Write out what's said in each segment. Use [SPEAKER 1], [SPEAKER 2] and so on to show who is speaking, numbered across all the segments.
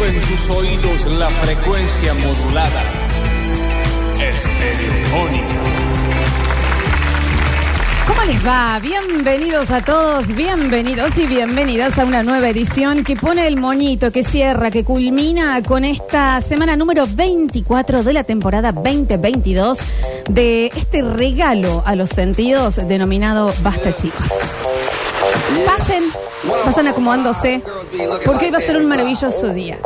[SPEAKER 1] tus oídos la frecuencia modulada. Estereofónica.
[SPEAKER 2] ¿Cómo les va? Bienvenidos a todos, bienvenidos y bienvenidas a una nueva edición que pone el moñito, que cierra, que culmina con esta semana número 24 de la temporada 2022 de este regalo a los sentidos denominado Basta Chicos. Pasen, pasan acomodándose, porque hoy va a ser un maravilloso día.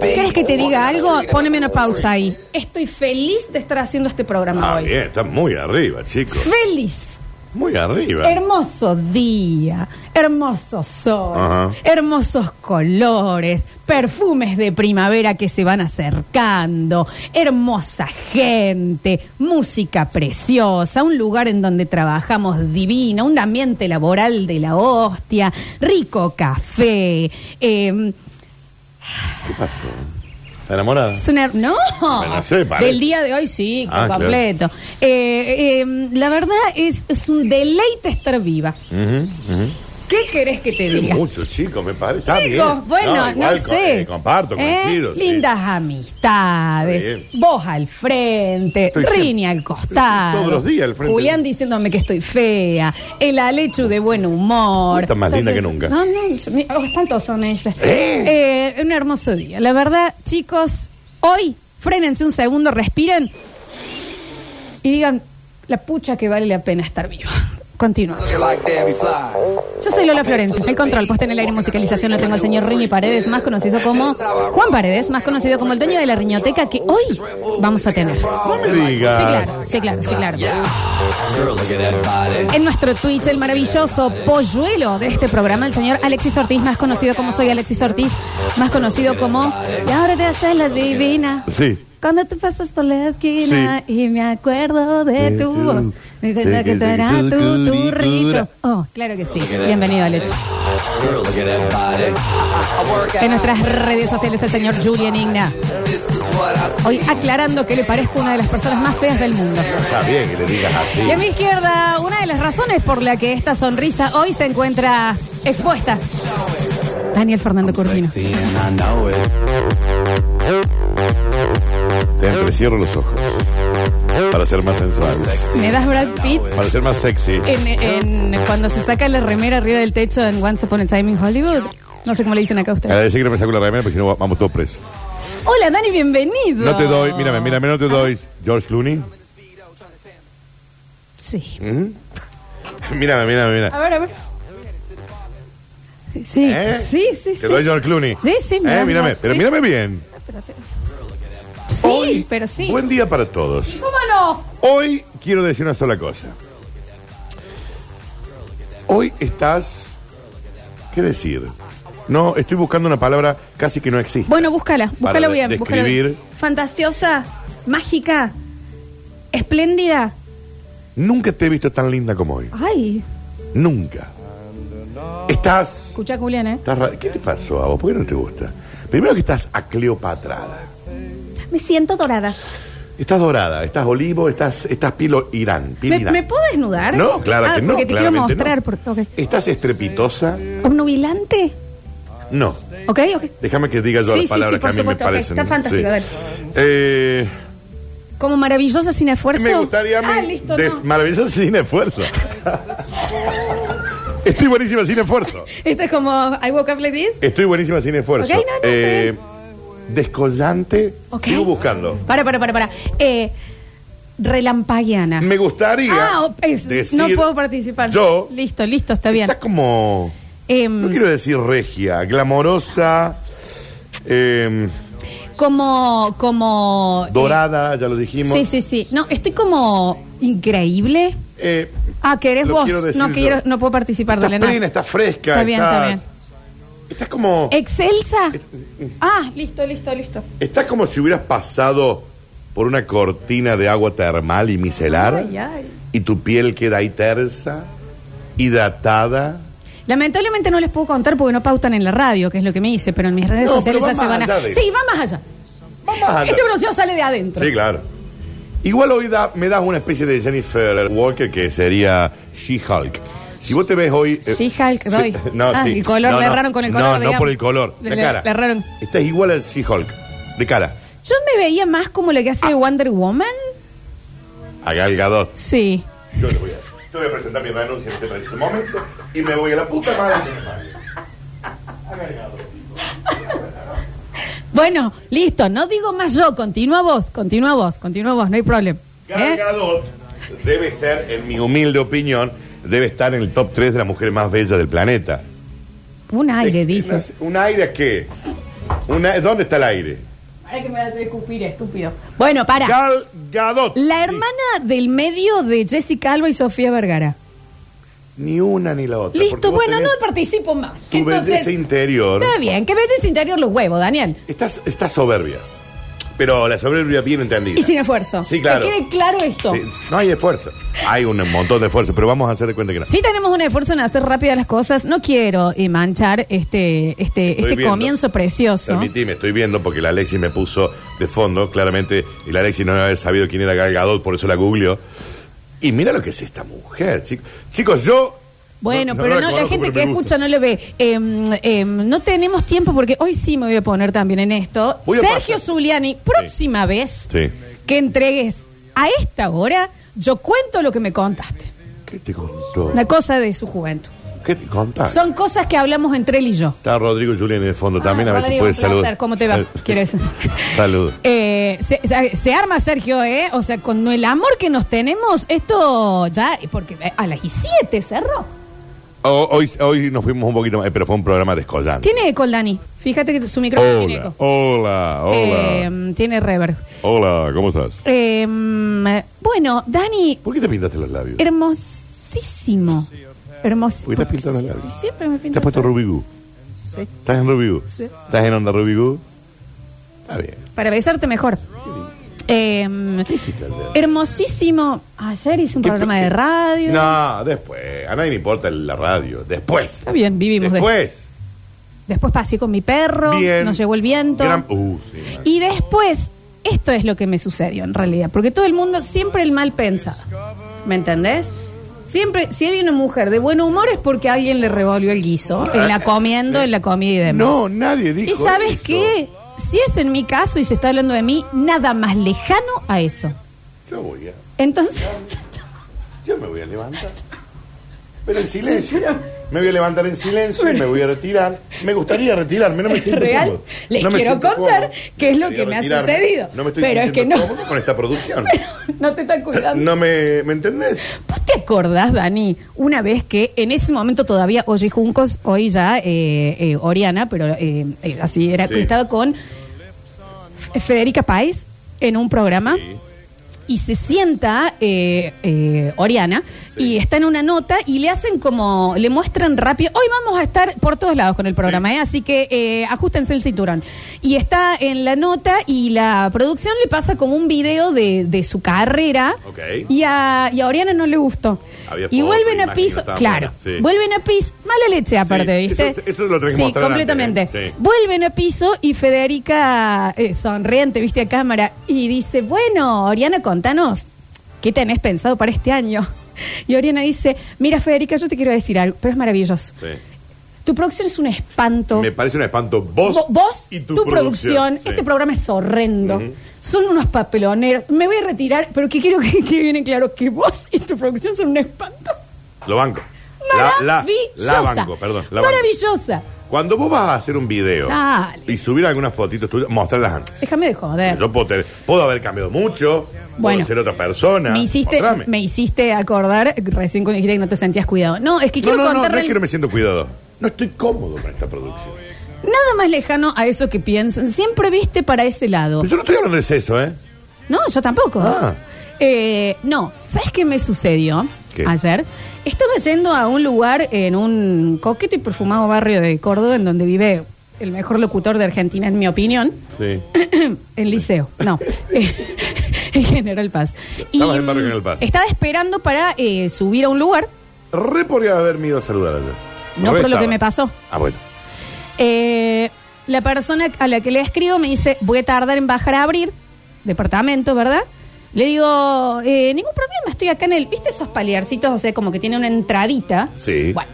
[SPEAKER 2] ¿Quieres que te diga algo? Poneme una pausa ahí. Estoy feliz de estar haciendo este programa
[SPEAKER 3] Ah,
[SPEAKER 2] hoy.
[SPEAKER 3] bien, está muy arriba, chicos.
[SPEAKER 2] Feliz.
[SPEAKER 3] Muy arriba.
[SPEAKER 2] Hermoso día, hermoso sol,
[SPEAKER 3] Ajá.
[SPEAKER 2] hermosos colores, perfumes de primavera que se van acercando, hermosa gente, música preciosa, un lugar en donde trabajamos divino, un ambiente laboral de la hostia, rico café. eh,
[SPEAKER 3] ¿Qué pasó? ¿Está enamorada?
[SPEAKER 2] es una- no,
[SPEAKER 3] Me la sé, parece.
[SPEAKER 2] del día de hoy sí,
[SPEAKER 3] Ah, claro.
[SPEAKER 2] completo. Eh, eh, la verdad es, es un deleite estar viva.
[SPEAKER 3] Ujú, ujú.
[SPEAKER 2] ¿Qué querés que te diga?
[SPEAKER 3] Mucho, chicos, me parece. Está
[SPEAKER 2] Chicos,
[SPEAKER 3] bien.
[SPEAKER 2] bueno, no,
[SPEAKER 3] igual co-
[SPEAKER 2] sé.
[SPEAKER 3] eh, comparto,
[SPEAKER 2] ¿Eh?
[SPEAKER 3] coincido. sí.
[SPEAKER 2] Lindas amistades.
[SPEAKER 3] Está
[SPEAKER 2] Vos al frente,
[SPEAKER 3] Estoy
[SPEAKER 2] Rini
[SPEAKER 3] siempre-
[SPEAKER 2] al costado.
[SPEAKER 3] Estoy todos los días al frente.
[SPEAKER 2] Julián diciéndome que estoy fea. El Alechu de buen humor.
[SPEAKER 3] Está más
[SPEAKER 2] Tantos-
[SPEAKER 3] linda que nunca.
[SPEAKER 2] No, no, se me- oh, espantosos son esos. Eh, un hermoso día. La verdad, chicos, hoy, frénense un segundo, respiren y digan la pucha que vale la pena estar viva. Continuamos. Yo soy Lola Florencia, el control, puesta en el aire y musicalización lo tengo al señor Rini Paredes, más conocido como Juan Paredes, más conocido como el dueño de la riñoteca que hoy vamos a tener.
[SPEAKER 3] me digas.
[SPEAKER 2] Sí, claro, sí, claro, sí, claro. En nuestro Twitch, el maravilloso polluelo de este programa, el señor Alexis Ortiz, más conocido como soy Alexis Ortiz, más conocido como Y ahora te haces la divina.
[SPEAKER 3] Sí.
[SPEAKER 2] Cuando te pasas por la esquina y me acuerdo de
[SPEAKER 3] De
[SPEAKER 2] tu
[SPEAKER 3] tu-
[SPEAKER 2] voz. Me
[SPEAKER 3] de
[SPEAKER 2] cuenta que
[SPEAKER 3] que
[SPEAKER 2] tú
[SPEAKER 3] te
[SPEAKER 2] eras
[SPEAKER 3] hizo
[SPEAKER 2] tú, tú
[SPEAKER 3] curicura.
[SPEAKER 2] rico. Oh, claro que sí. Bienvenido, Alex. En nuestras redes sociales, el señor Julian Igna. Hoy aclarando que le parezco una de las personas más feas del mundo.
[SPEAKER 3] Está bien que le digas así.
[SPEAKER 2] Y a mi izquierda, una de las razones por la que esta sonrisa hoy se encuentra expuesta. Daniel Fernando Curvino.
[SPEAKER 3] Te entrecierro los ojos. Para ser más sensual.
[SPEAKER 2] ¿Me das Brad Pitt?
[SPEAKER 3] Para ser más sexy.
[SPEAKER 2] En, en- cuando se saca la remera arriba del techo en Once Upon a Time in Hollywood. No sé cómo le dicen acá a ustedes.
[SPEAKER 3] Agradecí que no me saco la remera porque si no vamos todos presos.
[SPEAKER 2] Hola, Dani, bienvenido.
[SPEAKER 3] No te doy, mírame, mírame,
[SPEAKER 2] Ah.
[SPEAKER 3] no te doy. George Clooney.
[SPEAKER 2] Sí.
[SPEAKER 3] ¿Mm? Mírame,
[SPEAKER 2] A
[SPEAKER 3] mírame, mírame.
[SPEAKER 2] ver, a ver. Sí,
[SPEAKER 3] ¿Eh?
[SPEAKER 2] sí, sí.
[SPEAKER 3] Te
[SPEAKER 2] sí.
[SPEAKER 3] doy George Clooney.
[SPEAKER 2] Sí, sí,
[SPEAKER 3] Eh,
[SPEAKER 2] mírame.
[SPEAKER 3] mírame. Pero
[SPEAKER 2] Sí.
[SPEAKER 3] mírame bien.
[SPEAKER 2] Sí,
[SPEAKER 3] Hoy,
[SPEAKER 2] pero sí.
[SPEAKER 3] Buen día para todos.
[SPEAKER 2] ¿Cómo no?
[SPEAKER 3] Hoy quiero decir una sola cosa. Hoy estás. ¿Qué decir? No, estoy buscando una palabra casi que no existe.
[SPEAKER 2] Bueno, búscala, búscala
[SPEAKER 3] de-
[SPEAKER 2] bien. búscala bien.
[SPEAKER 3] describir.
[SPEAKER 2] Fantasiosa, mágica, espléndida.
[SPEAKER 3] Nunca te he visto tan linda como hoy.
[SPEAKER 2] Ay,
[SPEAKER 3] Nunca. Estás.
[SPEAKER 2] escucha, Julián, ¿eh?
[SPEAKER 3] estás ra- ¿Qué te pasó a vos? ¿Por qué no te gusta? Primero que estás a Cleopatrada.
[SPEAKER 2] Me siento dorada.
[SPEAKER 3] Estás dorada, estás olivo, estás, estás pilo Irán. piel
[SPEAKER 2] ¿Me,
[SPEAKER 3] Irán.
[SPEAKER 2] me puedo desnudar?
[SPEAKER 3] No, claro
[SPEAKER 2] Ah,
[SPEAKER 3] que no.
[SPEAKER 2] Porque te quiero
[SPEAKER 3] claramente no.
[SPEAKER 2] mostrar. Porque, ok.
[SPEAKER 3] ¿Estás estrepitosa?
[SPEAKER 2] Obnubilante.
[SPEAKER 3] No.
[SPEAKER 2] ¿Ok? ok.
[SPEAKER 3] Déjame que diga yo
[SPEAKER 2] Sí,
[SPEAKER 3] las
[SPEAKER 2] sí, sí, por
[SPEAKER 3] palabras que a mí
[SPEAKER 2] supuesto, ok,
[SPEAKER 3] me parecen.
[SPEAKER 2] está fantástico, dale.
[SPEAKER 3] Eh,
[SPEAKER 2] Como maravillosa sin esfuerzo.
[SPEAKER 3] me gustaría a mí
[SPEAKER 2] Ah, listo,
[SPEAKER 3] des-
[SPEAKER 2] no.
[SPEAKER 3] maravilloso sin esfuerzo. Estoy buenísima sin esfuerzo.
[SPEAKER 2] Esto es como I woke up like this.
[SPEAKER 3] Estoy buenísima sin esfuerzo. Eh,
[SPEAKER 2] Ok, no, no, está bien.
[SPEAKER 3] descollante.
[SPEAKER 2] Ok.
[SPEAKER 3] Sigo buscando.
[SPEAKER 2] Para, para, para, para. Eh, relampagueana.
[SPEAKER 3] Me gustaría.
[SPEAKER 2] Ah, o- es-
[SPEAKER 3] decir-
[SPEAKER 2] no puedo participar.
[SPEAKER 3] Yo.
[SPEAKER 2] Listo, listo, está bien.
[SPEAKER 3] Está como.
[SPEAKER 2] Em,
[SPEAKER 3] No quiero decir regia, glamorosa. em,
[SPEAKER 2] como, como. eh,
[SPEAKER 3] dorada, ya lo dijimos.
[SPEAKER 2] sí, sí, sí. No, estoy como increíble.
[SPEAKER 3] Eh,
[SPEAKER 2] Ah, querés
[SPEAKER 3] lo
[SPEAKER 2] vos.
[SPEAKER 3] quiero decir
[SPEAKER 2] no
[SPEAKER 3] yo.
[SPEAKER 2] quiero, no puedo participar
[SPEAKER 3] Estás
[SPEAKER 2] de
[SPEAKER 3] plena, estás fresca.
[SPEAKER 2] Está bien, está Eh.
[SPEAKER 3] estás- Estás como.
[SPEAKER 2] Excelsa. Ah, listo, listo, listo.
[SPEAKER 3] Estás como si hubieras pasado por una cortina de agua termal y micelar.
[SPEAKER 2] Ay, ay.
[SPEAKER 3] Y tu piel queda ahí tersa, hidratada.
[SPEAKER 2] Lamentablemente no les puedo contar porque no pautan en la radio, que es lo que me hice, pero en mis redes
[SPEAKER 3] No,
[SPEAKER 2] sociales ya
[SPEAKER 3] pero va
[SPEAKER 2] se van
[SPEAKER 3] más
[SPEAKER 2] a.
[SPEAKER 3] allá de-
[SPEAKER 2] Sí, va más allá.
[SPEAKER 3] Vamos a
[SPEAKER 2] Este bronceado sale de adentro.
[SPEAKER 3] Sí, claro. Igual hoy da- me das una especie de Jennifer Walker que sería She-Hulk. Si vos te ves hoy. eh,
[SPEAKER 2] She-Hulk, doy.
[SPEAKER 3] no,
[SPEAKER 2] Ah,
[SPEAKER 3] sí.
[SPEAKER 2] el color,
[SPEAKER 3] No,
[SPEAKER 2] le
[SPEAKER 3] no.
[SPEAKER 2] erraron con el
[SPEAKER 3] No,
[SPEAKER 2] color.
[SPEAKER 3] no
[SPEAKER 2] digamos.
[SPEAKER 3] por el color.
[SPEAKER 2] Le-
[SPEAKER 3] La
[SPEAKER 2] le-
[SPEAKER 3] cara.
[SPEAKER 2] Le erraron.
[SPEAKER 3] Estás igual al She-Hulk. De cara.
[SPEAKER 2] Yo me veía más como lo que hace Wonder Woman.
[SPEAKER 3] A Gal Gadot.
[SPEAKER 2] Sí.
[SPEAKER 3] Yo le voy a, yo voy a presentar mi renuncia en este preciso momento y me voy a la puta madre. que me
[SPEAKER 2] ¿Eh?
[SPEAKER 3] parió.
[SPEAKER 2] Bueno, listo, no digo más yo, continúa vos, continúa vos, continúa vos, no hay problema.
[SPEAKER 3] Gal
[SPEAKER 2] ¿Eh?
[SPEAKER 3] Gadot debe ser, en mi humilde opinión, debe estar en el top 3 de las mujeres más bellas del planeta.
[SPEAKER 2] Un aire,
[SPEAKER 3] Es-
[SPEAKER 2] dije.
[SPEAKER 3] es ¿Un aire a qué? Una- ¿Dónde está el aire?
[SPEAKER 2] Para que me vas a escupir, estúpido. Bueno, para.
[SPEAKER 3] Gal Gadot.
[SPEAKER 2] La hermana del medio de Jessica Alba y Sofía Vergara.
[SPEAKER 3] Ni una ni la otra. porque
[SPEAKER 2] Listo,
[SPEAKER 3] vos
[SPEAKER 2] bueno, no
[SPEAKER 3] tenés
[SPEAKER 2] participo más.
[SPEAKER 3] Tu belleza interior.
[SPEAKER 2] Está bien, que belleza interior los huevos, Daniel.
[SPEAKER 3] Estás, estás soberbia. Pero la soberbia bien entendida.
[SPEAKER 2] Y sin esfuerzo.
[SPEAKER 3] Sí, claro.
[SPEAKER 2] Que quede claro eso.
[SPEAKER 3] Sí, no hay esfuerzo. Hay un montón de esfuerzo, pero vamos a hacer de cuenta que no.
[SPEAKER 2] Sí tenemos un esfuerzo en hacer rápidas las cosas. No quiero eh, manchar este, este,
[SPEAKER 3] Estoy
[SPEAKER 2] este
[SPEAKER 3] viendo.
[SPEAKER 2] comienzo precioso.
[SPEAKER 3] Permitime, estoy viendo porque la Alexi me puso de fondo, claramente, y la Alexi no debe haber sabido quién era Gal Gadot, por eso la googleó. Y mira lo que es esta mujer, chicos. Chicos, yo...
[SPEAKER 2] Bueno, pero no, la
[SPEAKER 3] conozco,
[SPEAKER 2] gente
[SPEAKER 3] pero
[SPEAKER 2] que
[SPEAKER 3] me gusta.
[SPEAKER 2] escucha no le ve. Em, em, no tenemos tiempo porque hoy sí me voy a poner también en esto.
[SPEAKER 3] Voy a
[SPEAKER 2] Sergio
[SPEAKER 3] pasar.
[SPEAKER 2] Zuliani, próxima vez
[SPEAKER 3] Sí.
[SPEAKER 2] que entregues a esta hora, yo cuento lo que me contaste.
[SPEAKER 3] ¿Qué te contó?
[SPEAKER 2] Una cosa de su juventud.
[SPEAKER 3] ¿Qué te contó?
[SPEAKER 2] Son cosas que hablamos entre él y yo.
[SPEAKER 3] Está Rodrigo Julián en el fondo también,
[SPEAKER 2] Ah,
[SPEAKER 3] a ver si
[SPEAKER 2] Rodrigo,
[SPEAKER 3] puedes
[SPEAKER 2] un placer.
[SPEAKER 3] saludar.
[SPEAKER 2] ¿Cómo te va?
[SPEAKER 3] Sal-
[SPEAKER 2] ¿Quieres?
[SPEAKER 3] Salud.
[SPEAKER 2] Eh, se, se- se arma Sergio, ¿eh? O sea, con el amor que nos tenemos, esto ya, porque eh, a las 7 cerró.
[SPEAKER 3] O- Oh, hoy, hoy nos fuimos un poquito más, eh, pero fue un programa descollante.
[SPEAKER 2] Tiene eco el Dani. Fíjate que su micrófono tiene
[SPEAKER 3] Hola,
[SPEAKER 2] eco.
[SPEAKER 3] hola, hola.
[SPEAKER 2] Eh, tiene reverb.
[SPEAKER 3] hola, ¿cómo estás?
[SPEAKER 2] Eh, bueno, Dani,
[SPEAKER 3] ¿Por qué te pintaste los labios?
[SPEAKER 2] hermosísimo. Hermosísimo.
[SPEAKER 3] Uy, te has pintado los labios.
[SPEAKER 2] Siempre me
[SPEAKER 3] ¿Te
[SPEAKER 2] pinto.
[SPEAKER 3] has puesto Rubigú?
[SPEAKER 2] Sí.
[SPEAKER 3] ¿Estás en Rubigú?
[SPEAKER 2] Sí.
[SPEAKER 3] ¿Estás en onda Rubigú? Está bien.
[SPEAKER 2] Para besarte mejor. Eh,
[SPEAKER 3] ¿Qué hiciste ayer?
[SPEAKER 2] hermosísimo. Ayer hice un programa de radio.
[SPEAKER 3] No, después. A nadie le importa la radio. Después.
[SPEAKER 2] Está bien, vivimos de-
[SPEAKER 3] Después.
[SPEAKER 2] Después pasé con mi perro.
[SPEAKER 3] Bien.
[SPEAKER 2] Nos llegó el viento.
[SPEAKER 3] Gran- Uh, sí, man.
[SPEAKER 2] Y después, esto es lo que me sucedió en realidad, porque todo el mundo siempre el mal pensado. ¿Me entendés? Siempre, si hay una mujer de buen humor es porque alguien le revolvió el guiso, en la comiendo, en la comida y demás.
[SPEAKER 3] No, nadie dijo
[SPEAKER 2] ¿Y sabes
[SPEAKER 3] eso.
[SPEAKER 2] qué? Si es en mi caso y se está hablando de mí, nada más lejano a eso.
[SPEAKER 3] Yo voy a...
[SPEAKER 2] Entonces,
[SPEAKER 3] Yo me voy a levantar. Pero en silencio. Me voy a levantar en silencio, me voy a retirar. Me gustaría retirarme, no me siento
[SPEAKER 2] real,
[SPEAKER 3] cómodo.
[SPEAKER 2] les
[SPEAKER 3] No me
[SPEAKER 2] quiero
[SPEAKER 3] siento
[SPEAKER 2] contar
[SPEAKER 3] cómodo.
[SPEAKER 2] qué es lo
[SPEAKER 3] Quería
[SPEAKER 2] que me ha
[SPEAKER 3] retirarme.
[SPEAKER 2] sucedido.
[SPEAKER 3] No me estoy
[SPEAKER 2] Pero es que
[SPEAKER 3] sintiendo
[SPEAKER 2] no.
[SPEAKER 3] cómodo con esta producción.
[SPEAKER 2] no te están cuidando.
[SPEAKER 3] No me, ¿me entendés?
[SPEAKER 2] ¿Vos te acordás, Dani, una vez que en ese momento todavía Oye Juncos, hoy ya eh, eh, Oriana, pero eh, eh, así era,
[SPEAKER 3] Sí.
[SPEAKER 2] estaba con F- Federica Páez en un programa
[SPEAKER 3] Sí.
[SPEAKER 2] y se sienta eh, eh, Oriana
[SPEAKER 3] Sí.
[SPEAKER 2] y está en una nota y le hacen como, le muestran rápido, hoy vamos a estar por todos lados con el programa, ¿eh? así que eh, ajustense el cinturón. Y está en la nota y la producción le pasa como un video de, de su carrera
[SPEAKER 3] Ok.
[SPEAKER 2] y, a, y a Oriana no le gustó.
[SPEAKER 3] Había
[SPEAKER 2] y
[SPEAKER 3] fotos,
[SPEAKER 2] vuelven a
[SPEAKER 3] imágenes,
[SPEAKER 2] piso,
[SPEAKER 3] estaban
[SPEAKER 2] claro,
[SPEAKER 3] buenas, sí.
[SPEAKER 2] vuelven a piso, mala leche aparte,
[SPEAKER 3] Sí,
[SPEAKER 2] ¿viste?
[SPEAKER 3] eso- eso lo tenés que
[SPEAKER 2] Sí,
[SPEAKER 3] mostrar antes,
[SPEAKER 2] completamente.
[SPEAKER 3] ¿eh? Sí.
[SPEAKER 2] Vuelven a piso y Federica, eh, sonriente, viste a cámara, y dice, bueno, Oriana, contanos, ¿qué tenés pensado para este año? Y Oriana dice, mira, Federica, yo te quiero decir algo, pero es maravilloso.
[SPEAKER 3] Sí.
[SPEAKER 2] Tu producción es un espanto.
[SPEAKER 3] Me parece un espanto. Vos,
[SPEAKER 2] Vo- vos,
[SPEAKER 3] y
[SPEAKER 2] tu,
[SPEAKER 3] tu,
[SPEAKER 2] producción,
[SPEAKER 3] Sí.
[SPEAKER 2] este programa es horrendo. Son unos papeloneros. Me voy a retirar, pero que quiero que quede bien en claro que vos y tu producción son un espanto.
[SPEAKER 3] Lo banco. La, la,
[SPEAKER 2] Maravillosa.
[SPEAKER 3] la banco, perdón. la banco.
[SPEAKER 2] Maravillosa.
[SPEAKER 3] Cuando vos vas a hacer un video
[SPEAKER 2] Dale.
[SPEAKER 3] y subir algunas fotitos tuyas, mostrarlas antes.
[SPEAKER 2] Déjame de joder.
[SPEAKER 3] Yo puedo, tener- puedo haber cambiado mucho,
[SPEAKER 2] Bueno.
[SPEAKER 3] puedo ser otra persona.
[SPEAKER 2] Me hiciste,
[SPEAKER 3] mostrame.
[SPEAKER 2] me hiciste acordar recién cuando dijiste que no te sentías cuidado. No, es que
[SPEAKER 3] No,
[SPEAKER 2] quiero
[SPEAKER 3] no, no,
[SPEAKER 2] contar
[SPEAKER 3] no es
[SPEAKER 2] real-
[SPEAKER 3] que no me siento cuidado. No estoy cómodo con esta producción.
[SPEAKER 2] nada más lejano a eso que piensan. Siempre viste para ese lado.
[SPEAKER 3] Pero yo no estoy hablando de eso, ¿eh?
[SPEAKER 2] No, yo tampoco.
[SPEAKER 3] Ah.
[SPEAKER 2] Eh, no, ¿sabes qué me sucedió
[SPEAKER 3] ¿Qué?
[SPEAKER 2] ayer? Estaba yendo a un lugar en un coqueto y perfumado barrio de Córdoba, en donde vive el mejor locutor de Argentina, en mi opinión,
[SPEAKER 3] Sí.
[SPEAKER 2] el Liceo. No, eh, en General Paz.
[SPEAKER 3] Estabas en barrio General Paz.
[SPEAKER 2] Estaba esperando para eh, subir a un lugar.
[SPEAKER 3] Re podría haberme ido a saludar ayer.
[SPEAKER 2] No, por
[SPEAKER 3] Re
[SPEAKER 2] lo
[SPEAKER 3] estaba.
[SPEAKER 2] que me pasó.
[SPEAKER 3] Ah, bueno.
[SPEAKER 2] Eh, la persona a la que le escribo me dice, voy a tardar en bajar a abrir, departamento, ¿verdad? Le digo, eh, ningún problema, estoy acá en el. ¿Viste esos paliarcitos? O sea, como que tiene una entradita.
[SPEAKER 3] Sí.
[SPEAKER 2] Bueno,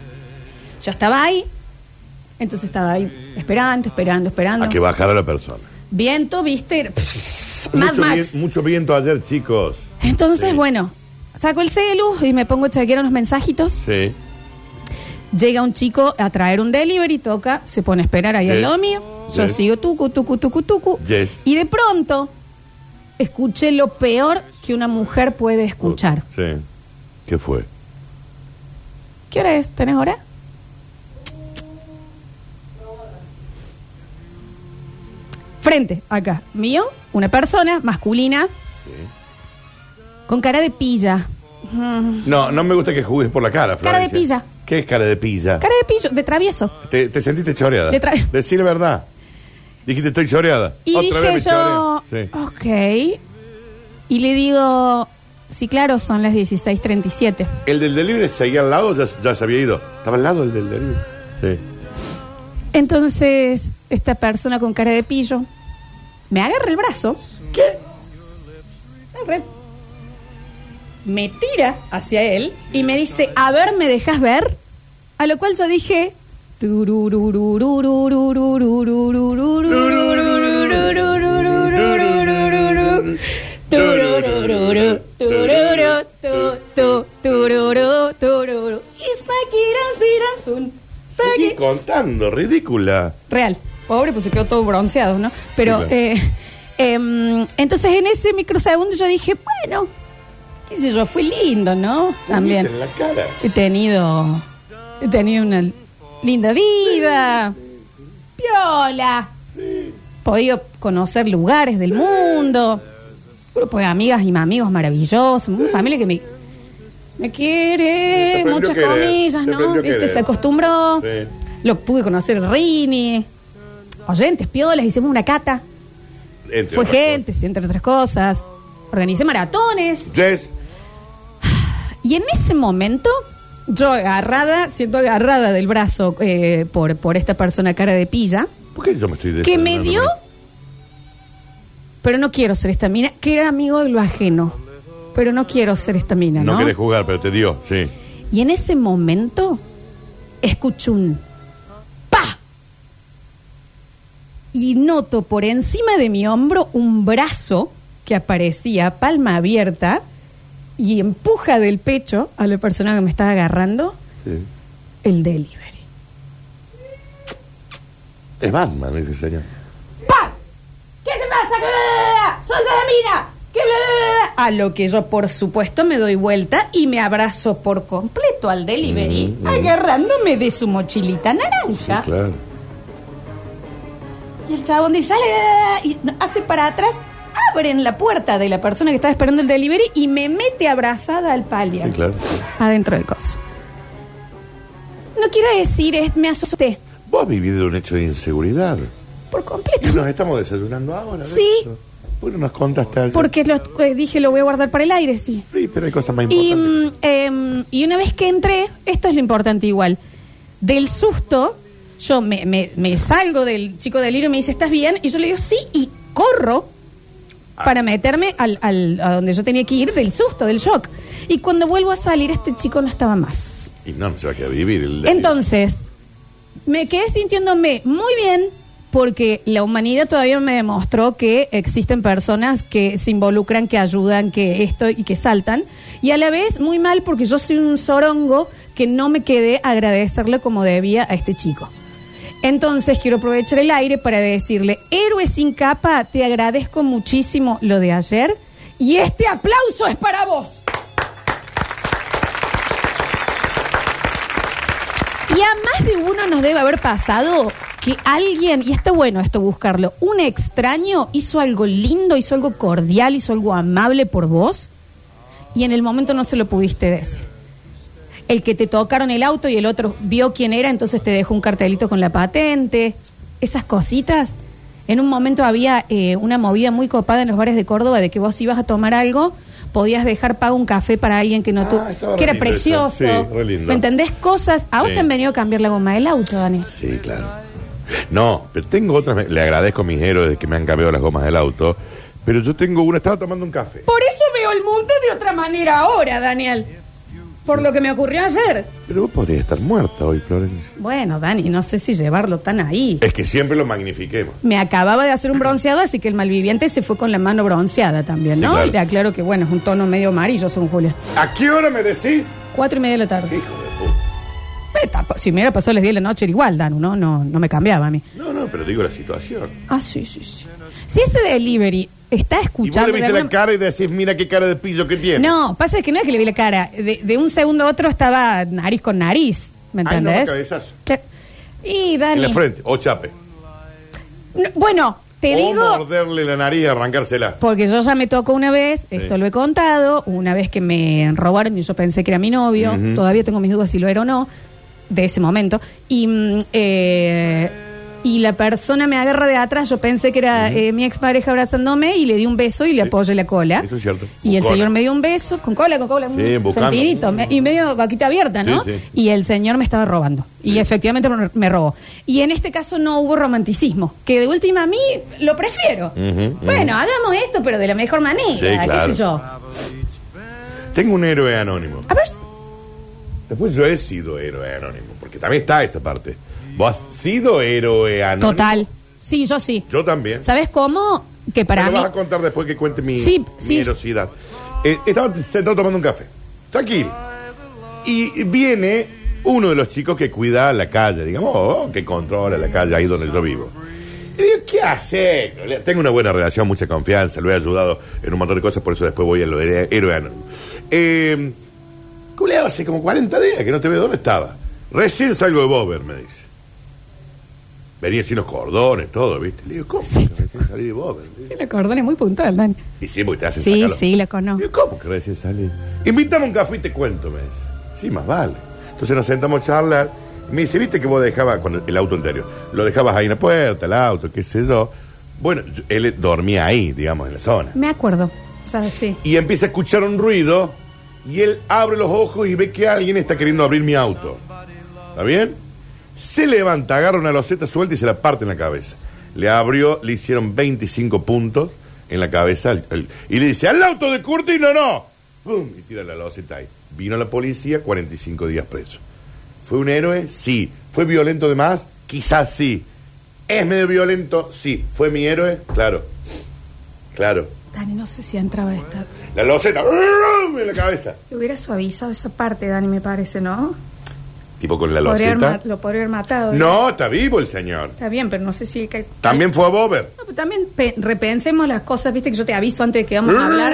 [SPEAKER 2] yo estaba ahí. Entonces estaba ahí esperando, esperando, esperando.
[SPEAKER 3] A que bajara la persona.
[SPEAKER 2] Viento, viste. Mad
[SPEAKER 3] mucho,
[SPEAKER 2] Max.
[SPEAKER 3] vien- mucho viento ayer, chicos.
[SPEAKER 2] Entonces,
[SPEAKER 3] Sí.
[SPEAKER 2] bueno, saco el celu y me pongo a chequear unos mensajitos.
[SPEAKER 3] Sí.
[SPEAKER 2] Llega un chico a traer un delivery, toca, se pone a esperar ahí al
[SPEAKER 3] Yes.
[SPEAKER 2] lado mío. Yo
[SPEAKER 3] Yes.
[SPEAKER 2] sigo tucu, tucu, tucu, tucu.
[SPEAKER 3] Yes.
[SPEAKER 2] Y de pronto escuché lo peor que una mujer puede escuchar.
[SPEAKER 3] Sí. ¿Qué fue?
[SPEAKER 2] ¿Qué hora es? ¿Tenés hora? Frente, acá, mío, una persona masculina
[SPEAKER 3] Sí.
[SPEAKER 2] con cara de pilla.
[SPEAKER 3] No, no me gusta que jugues por la cara,
[SPEAKER 2] Cara de
[SPEAKER 3] Florencia.
[SPEAKER 2] pilla.
[SPEAKER 3] ¿Qué es cara de pilla?
[SPEAKER 2] Cara de pillo, de travieso.
[SPEAKER 3] ¿Te, te sentiste choreada?
[SPEAKER 2] De tra-
[SPEAKER 3] Decí la verdad. Dijiste, estoy choreada.
[SPEAKER 2] Y
[SPEAKER 3] Otra
[SPEAKER 2] dije
[SPEAKER 3] vez me
[SPEAKER 2] yo,
[SPEAKER 3] choreé. Sí.
[SPEAKER 2] ok. Y le digo, sí, claro, son las 16.37.
[SPEAKER 3] ¿El del delivery seguía al lado? Ya, ya se había ido. Estaba al lado el del delivery. Sí.
[SPEAKER 2] Entonces, esta persona con cara de pillo me agarra el brazo.
[SPEAKER 3] ¿Qué?
[SPEAKER 2] agarra, Me tira hacia él y me dice, a ver, ¿me dejas ver? A lo cual yo dije...
[SPEAKER 3] Seguí contando, ridícula.
[SPEAKER 2] Real. Pobre, pues se quedó todo bronceado, ¿no? Pero,
[SPEAKER 3] Sí, claro.
[SPEAKER 2] eh, em, entonces en ese microsegundo yo dije, bueno, qué sé yo, fue lindo, ¿no?
[SPEAKER 3] Te
[SPEAKER 2] También.
[SPEAKER 3] viste En la cara.
[SPEAKER 2] He tenido, he tenido una linda vida. Piola. Podido conocer lugares del mundo. Grupo de amigas y amigos maravillosos. Una familia que me, me
[SPEAKER 3] Te
[SPEAKER 2] quiere.
[SPEAKER 3] aprendió
[SPEAKER 2] Muchas
[SPEAKER 3] a querer,
[SPEAKER 2] comillas,
[SPEAKER 3] te
[SPEAKER 2] ¿no?
[SPEAKER 3] aprendió a
[SPEAKER 2] Viste,
[SPEAKER 3] querer.
[SPEAKER 2] se acostumbró.
[SPEAKER 3] Sí.
[SPEAKER 2] Lo pude conocer Rini. Oyentes, piolas, hicimos una cata.
[SPEAKER 3] Entre
[SPEAKER 2] Fue
[SPEAKER 3] otras cosas.
[SPEAKER 2] gente, sí, entre otras cosas. Organicé maratones.
[SPEAKER 3] Jess,
[SPEAKER 2] Y en ese momento, yo agarrada, siendo agarrada del brazo eh, por, por esta persona cara de pilla,
[SPEAKER 3] ¿por qué yo me estoy
[SPEAKER 2] que me
[SPEAKER 3] desayunando?
[SPEAKER 2] dio, pero no quiero ser esta mina, que era amigo de lo ajeno, pero no quiero ser esta mina,
[SPEAKER 3] No
[SPEAKER 2] ¿no?
[SPEAKER 3] querés jugar, pero te dio, sí.
[SPEAKER 2] y en ese momento, escucho un ¡pa! Y noto por encima de mi hombro un brazo que aparecía palma abierta y empuja del pecho a la persona que me estaba agarrando
[SPEAKER 3] sí.
[SPEAKER 2] el delivery.
[SPEAKER 3] Es Batman ese señor.
[SPEAKER 2] ¡Pam! ¿Qué te pasa? ¿Qué bla, bla, bla? ¡Soy de la mina! ¿Qué bla, bla, bla, bla? A lo que yo, por supuesto, me doy vuelta y me abrazo por completo al delivery,
[SPEAKER 3] Mm, mm.
[SPEAKER 2] agarrándome de su mochilita naranja.
[SPEAKER 3] claro.
[SPEAKER 2] Y el chabón dice, "Dale, dale, dale", y no- hace para atrás, abren la puerta de la persona que estaba esperando el delivery y me mete abrazada al palio.
[SPEAKER 3] Sí, claro.
[SPEAKER 2] Adentro del coso. No quiero decir, es, me asusté
[SPEAKER 3] Vos has vivido un hecho de inseguridad.
[SPEAKER 2] por
[SPEAKER 3] Y
[SPEAKER 2] completo.
[SPEAKER 3] nos estamos desayunando ahora.
[SPEAKER 2] Sí.
[SPEAKER 3] Beto. Bueno, nos contaste algo.
[SPEAKER 2] Porque lo, eh, dije, lo voy a guardar para el aire, sí.
[SPEAKER 3] Sí, pero hay cosas más
[SPEAKER 2] Y,
[SPEAKER 3] importantes.
[SPEAKER 2] mm, em, y una vez que entré, esto es lo importante igual, del susto, yo me, me- me salgo del chico del hilo y me dice, ¿estás bien? Y yo le digo, sí, y corro para meterme al, al- a donde yo tenía que ir del susto, del shock. Y cuando vuelvo a salir, este chico no estaba más.
[SPEAKER 3] Y no, no se va a quedar a vivir. el-
[SPEAKER 2] mm, Entonces, me quedé sintiéndome muy bien porque la humanidad todavía me demostró que existen personas que se involucran, que ayudan, que esto y que saltan. Y a la vez muy mal porque yo soy un sorongo que no me quedé a agradecerle como debía a este chico. Entonces quiero aprovechar el aire para decirle, héroe sin capa, te agradezco muchísimo lo de ayer y este aplauso es para vos. Y a más de uno nos debe haber pasado que alguien, y está bueno esto buscarlo, un extraño hizo algo lindo, hizo algo cordial, hizo algo amable por vos y en el momento no se lo pudiste decir. El que te tocaron el auto y el otro vio quién era, entonces te dejó un cartelito con la patente, esas cositas. En un momento había eh, una movida muy copada en los bares de Córdoba de que vos ibas a tomar algo, podías dejar pago un café para alguien que no
[SPEAKER 3] Ah,
[SPEAKER 2] tu-
[SPEAKER 3] estaba
[SPEAKER 2] que
[SPEAKER 3] re
[SPEAKER 2] era
[SPEAKER 3] lindo eso.
[SPEAKER 2] precioso.
[SPEAKER 3] Sí, re lindo.
[SPEAKER 2] ¿Me entendés? Cosas. A vos
[SPEAKER 3] Sí.
[SPEAKER 2] te han venido a cambiar la goma del auto, Dani.
[SPEAKER 3] Sí, claro. No, pero tengo otras. Le agradezco a mis héroes de que me han cambiado las gomas del auto. Pero yo tengo una, estaba tomando un café.
[SPEAKER 2] Por eso veo el mundo de otra manera ahora, Daniel. Por lo que me ocurrió ayer.
[SPEAKER 3] Pero vos podrías estar muerta hoy, Florencia.
[SPEAKER 2] Bueno, Dani, no sé si llevarlo tan ahí.
[SPEAKER 3] Es que siempre lo magnifiquemos.
[SPEAKER 2] Me acababa de hacer un bronceado, así que el malviviente se fue con la mano bronceada también,
[SPEAKER 3] Sí,
[SPEAKER 2] ¿no?
[SPEAKER 3] claro.
[SPEAKER 2] Le aclaro que, bueno, es un tono medio amarillo, según Julia.
[SPEAKER 3] ¿A qué hora me decís?
[SPEAKER 2] Cuatro y media de la tarde.
[SPEAKER 3] Hijo de puta.
[SPEAKER 2] Eh, tampoco- Si me hubiera pasado las 10 de la noche, era igual, Danu, ¿no? No, no me cambiaba a mí.
[SPEAKER 3] No, no, pero digo la situación.
[SPEAKER 2] Ah, sí, sí, sí. Si ese delivery está
[SPEAKER 3] Y vos
[SPEAKER 2] escuchando.
[SPEAKER 3] le
[SPEAKER 2] de
[SPEAKER 3] viste
[SPEAKER 2] alguna-
[SPEAKER 3] la cara y decís, mira qué cara de pillo que tiene.
[SPEAKER 2] No, pasa que no es que le vi la cara. De, de un segundo a otro estaba nariz con nariz. ¿Me
[SPEAKER 3] Ay, no,
[SPEAKER 2] entendés?
[SPEAKER 3] cabezazo.
[SPEAKER 2] Cla- Y Dani.
[SPEAKER 3] En la frente, o chape.
[SPEAKER 2] No, bueno, te
[SPEAKER 3] o
[SPEAKER 2] digo.
[SPEAKER 3] morderle la nariz y arrancársela.
[SPEAKER 2] Porque yo ya me tocó una vez, esto lo he contado, una vez que me robaron y yo pensé que era mi novio,
[SPEAKER 3] Ujú.
[SPEAKER 2] todavía tengo mis dudas si lo era o no, de ese momento, y, mm, eh, y la persona me agarra de atrás, yo pensé que era eh, mi expareja abrazándome y le di un beso y le
[SPEAKER 3] Sí.
[SPEAKER 2] apoyé la cola.
[SPEAKER 3] Eso es cierto.
[SPEAKER 2] Y el
[SPEAKER 3] Bucona.
[SPEAKER 2] señor me dio un beso, con cola, con cola,
[SPEAKER 3] Sí,
[SPEAKER 2] un
[SPEAKER 3] buscando.
[SPEAKER 2] sentidito, me- y medio vaquita abierta, ¿no?
[SPEAKER 3] Sí, sí.
[SPEAKER 2] Y el señor me estaba robando. Y efectivamente me- me robó. Y en este caso no hubo romanticismo, que de última a mí lo prefiero.
[SPEAKER 3] Ujú, ujú.
[SPEAKER 2] Bueno, hagamos esto, pero de la mejor manera,
[SPEAKER 3] Sí, claro.
[SPEAKER 2] qué sé yo.
[SPEAKER 3] Tengo un héroe anónimo.
[SPEAKER 2] A ver,
[SPEAKER 3] Después yo he sido héroe anónimo, porque también está esa parte. Vos has sido héroe anónimo.
[SPEAKER 2] total. Sí, yo sí.
[SPEAKER 3] Yo también.
[SPEAKER 2] ¿Sabes cómo? Que para
[SPEAKER 3] Me lo
[SPEAKER 2] mí...
[SPEAKER 3] vas a contar después que cuente mi,
[SPEAKER 2] Sí,
[SPEAKER 3] mi
[SPEAKER 2] sí.
[SPEAKER 3] erosidad. Eh, estaba sentado tomando un café. Tranquilo. Y viene uno de los chicos que cuida la calle, digamos, o que controla la calle ahí donde yo vivo. Y digo, ¿qué hace? Tengo una buena relación, mucha confianza, lo he ayudado en un montón de cosas, por eso después voy a lo de héroe anónimo. Eh, culeado, hace como 40 días que no te veo. ¿Dónde estaba? Recién salgo de Bober, me dice. Venía sin los cordones, todo, ¿viste? Le digo, ¿cómo? que Recién salí de Bober.
[SPEAKER 2] La cordón es muy puntual, Dani.
[SPEAKER 3] Y sí, porque te hacen
[SPEAKER 2] Sí,
[SPEAKER 3] sacarlo.
[SPEAKER 2] sí, la conozco.
[SPEAKER 3] Digo, ¿Cómo que recién salí? Invítame un café y te cuento, me dice. Sí, más vale. Entonces nos sentamos a charlar. Me dice, viste que vos dejabas con el- el auto anterior. Lo dejabas ahí en la puerta, el auto, qué sé yo. Bueno, yo- él dormía ahí, digamos, en la zona.
[SPEAKER 2] Me acuerdo. O sea, sí.
[SPEAKER 3] Y empieza a escuchar un ruido y él abre los ojos y ve que alguien está queriendo abrir mi auto. ¿Está bien? Se levanta, agarra una loseta suelta y se la parte en la cabeza. Le abrió, le hicieron 25 puntos en la cabeza al- al- y le dice, al auto de Curti, no, no. ¡Pum! Y tira la loseta ahí. Vino la policía, 45 días preso. ¿Fue un héroe? Sí. ¿Fue violento de más? Quizás sí. ¿Es medio violento? Sí. ¿Fue mi héroe? Claro. Claro.
[SPEAKER 2] Dani, no sé si entraba esta.
[SPEAKER 3] La loseta ¡brum! en la cabeza.
[SPEAKER 2] Lo hubiera suavizado esa parte, Dani, me parece, ¿no?
[SPEAKER 3] Tipo con la
[SPEAKER 2] Podría haber
[SPEAKER 3] loseta.
[SPEAKER 2] ma- lo podría haber matado.
[SPEAKER 3] No, está vivo el señor.
[SPEAKER 2] Está bien, pero no sé si... que-
[SPEAKER 3] También fue a Bober.
[SPEAKER 2] No, pero también pe- repensemos las cosas, viste que yo te aviso antes de que vamos a hablar.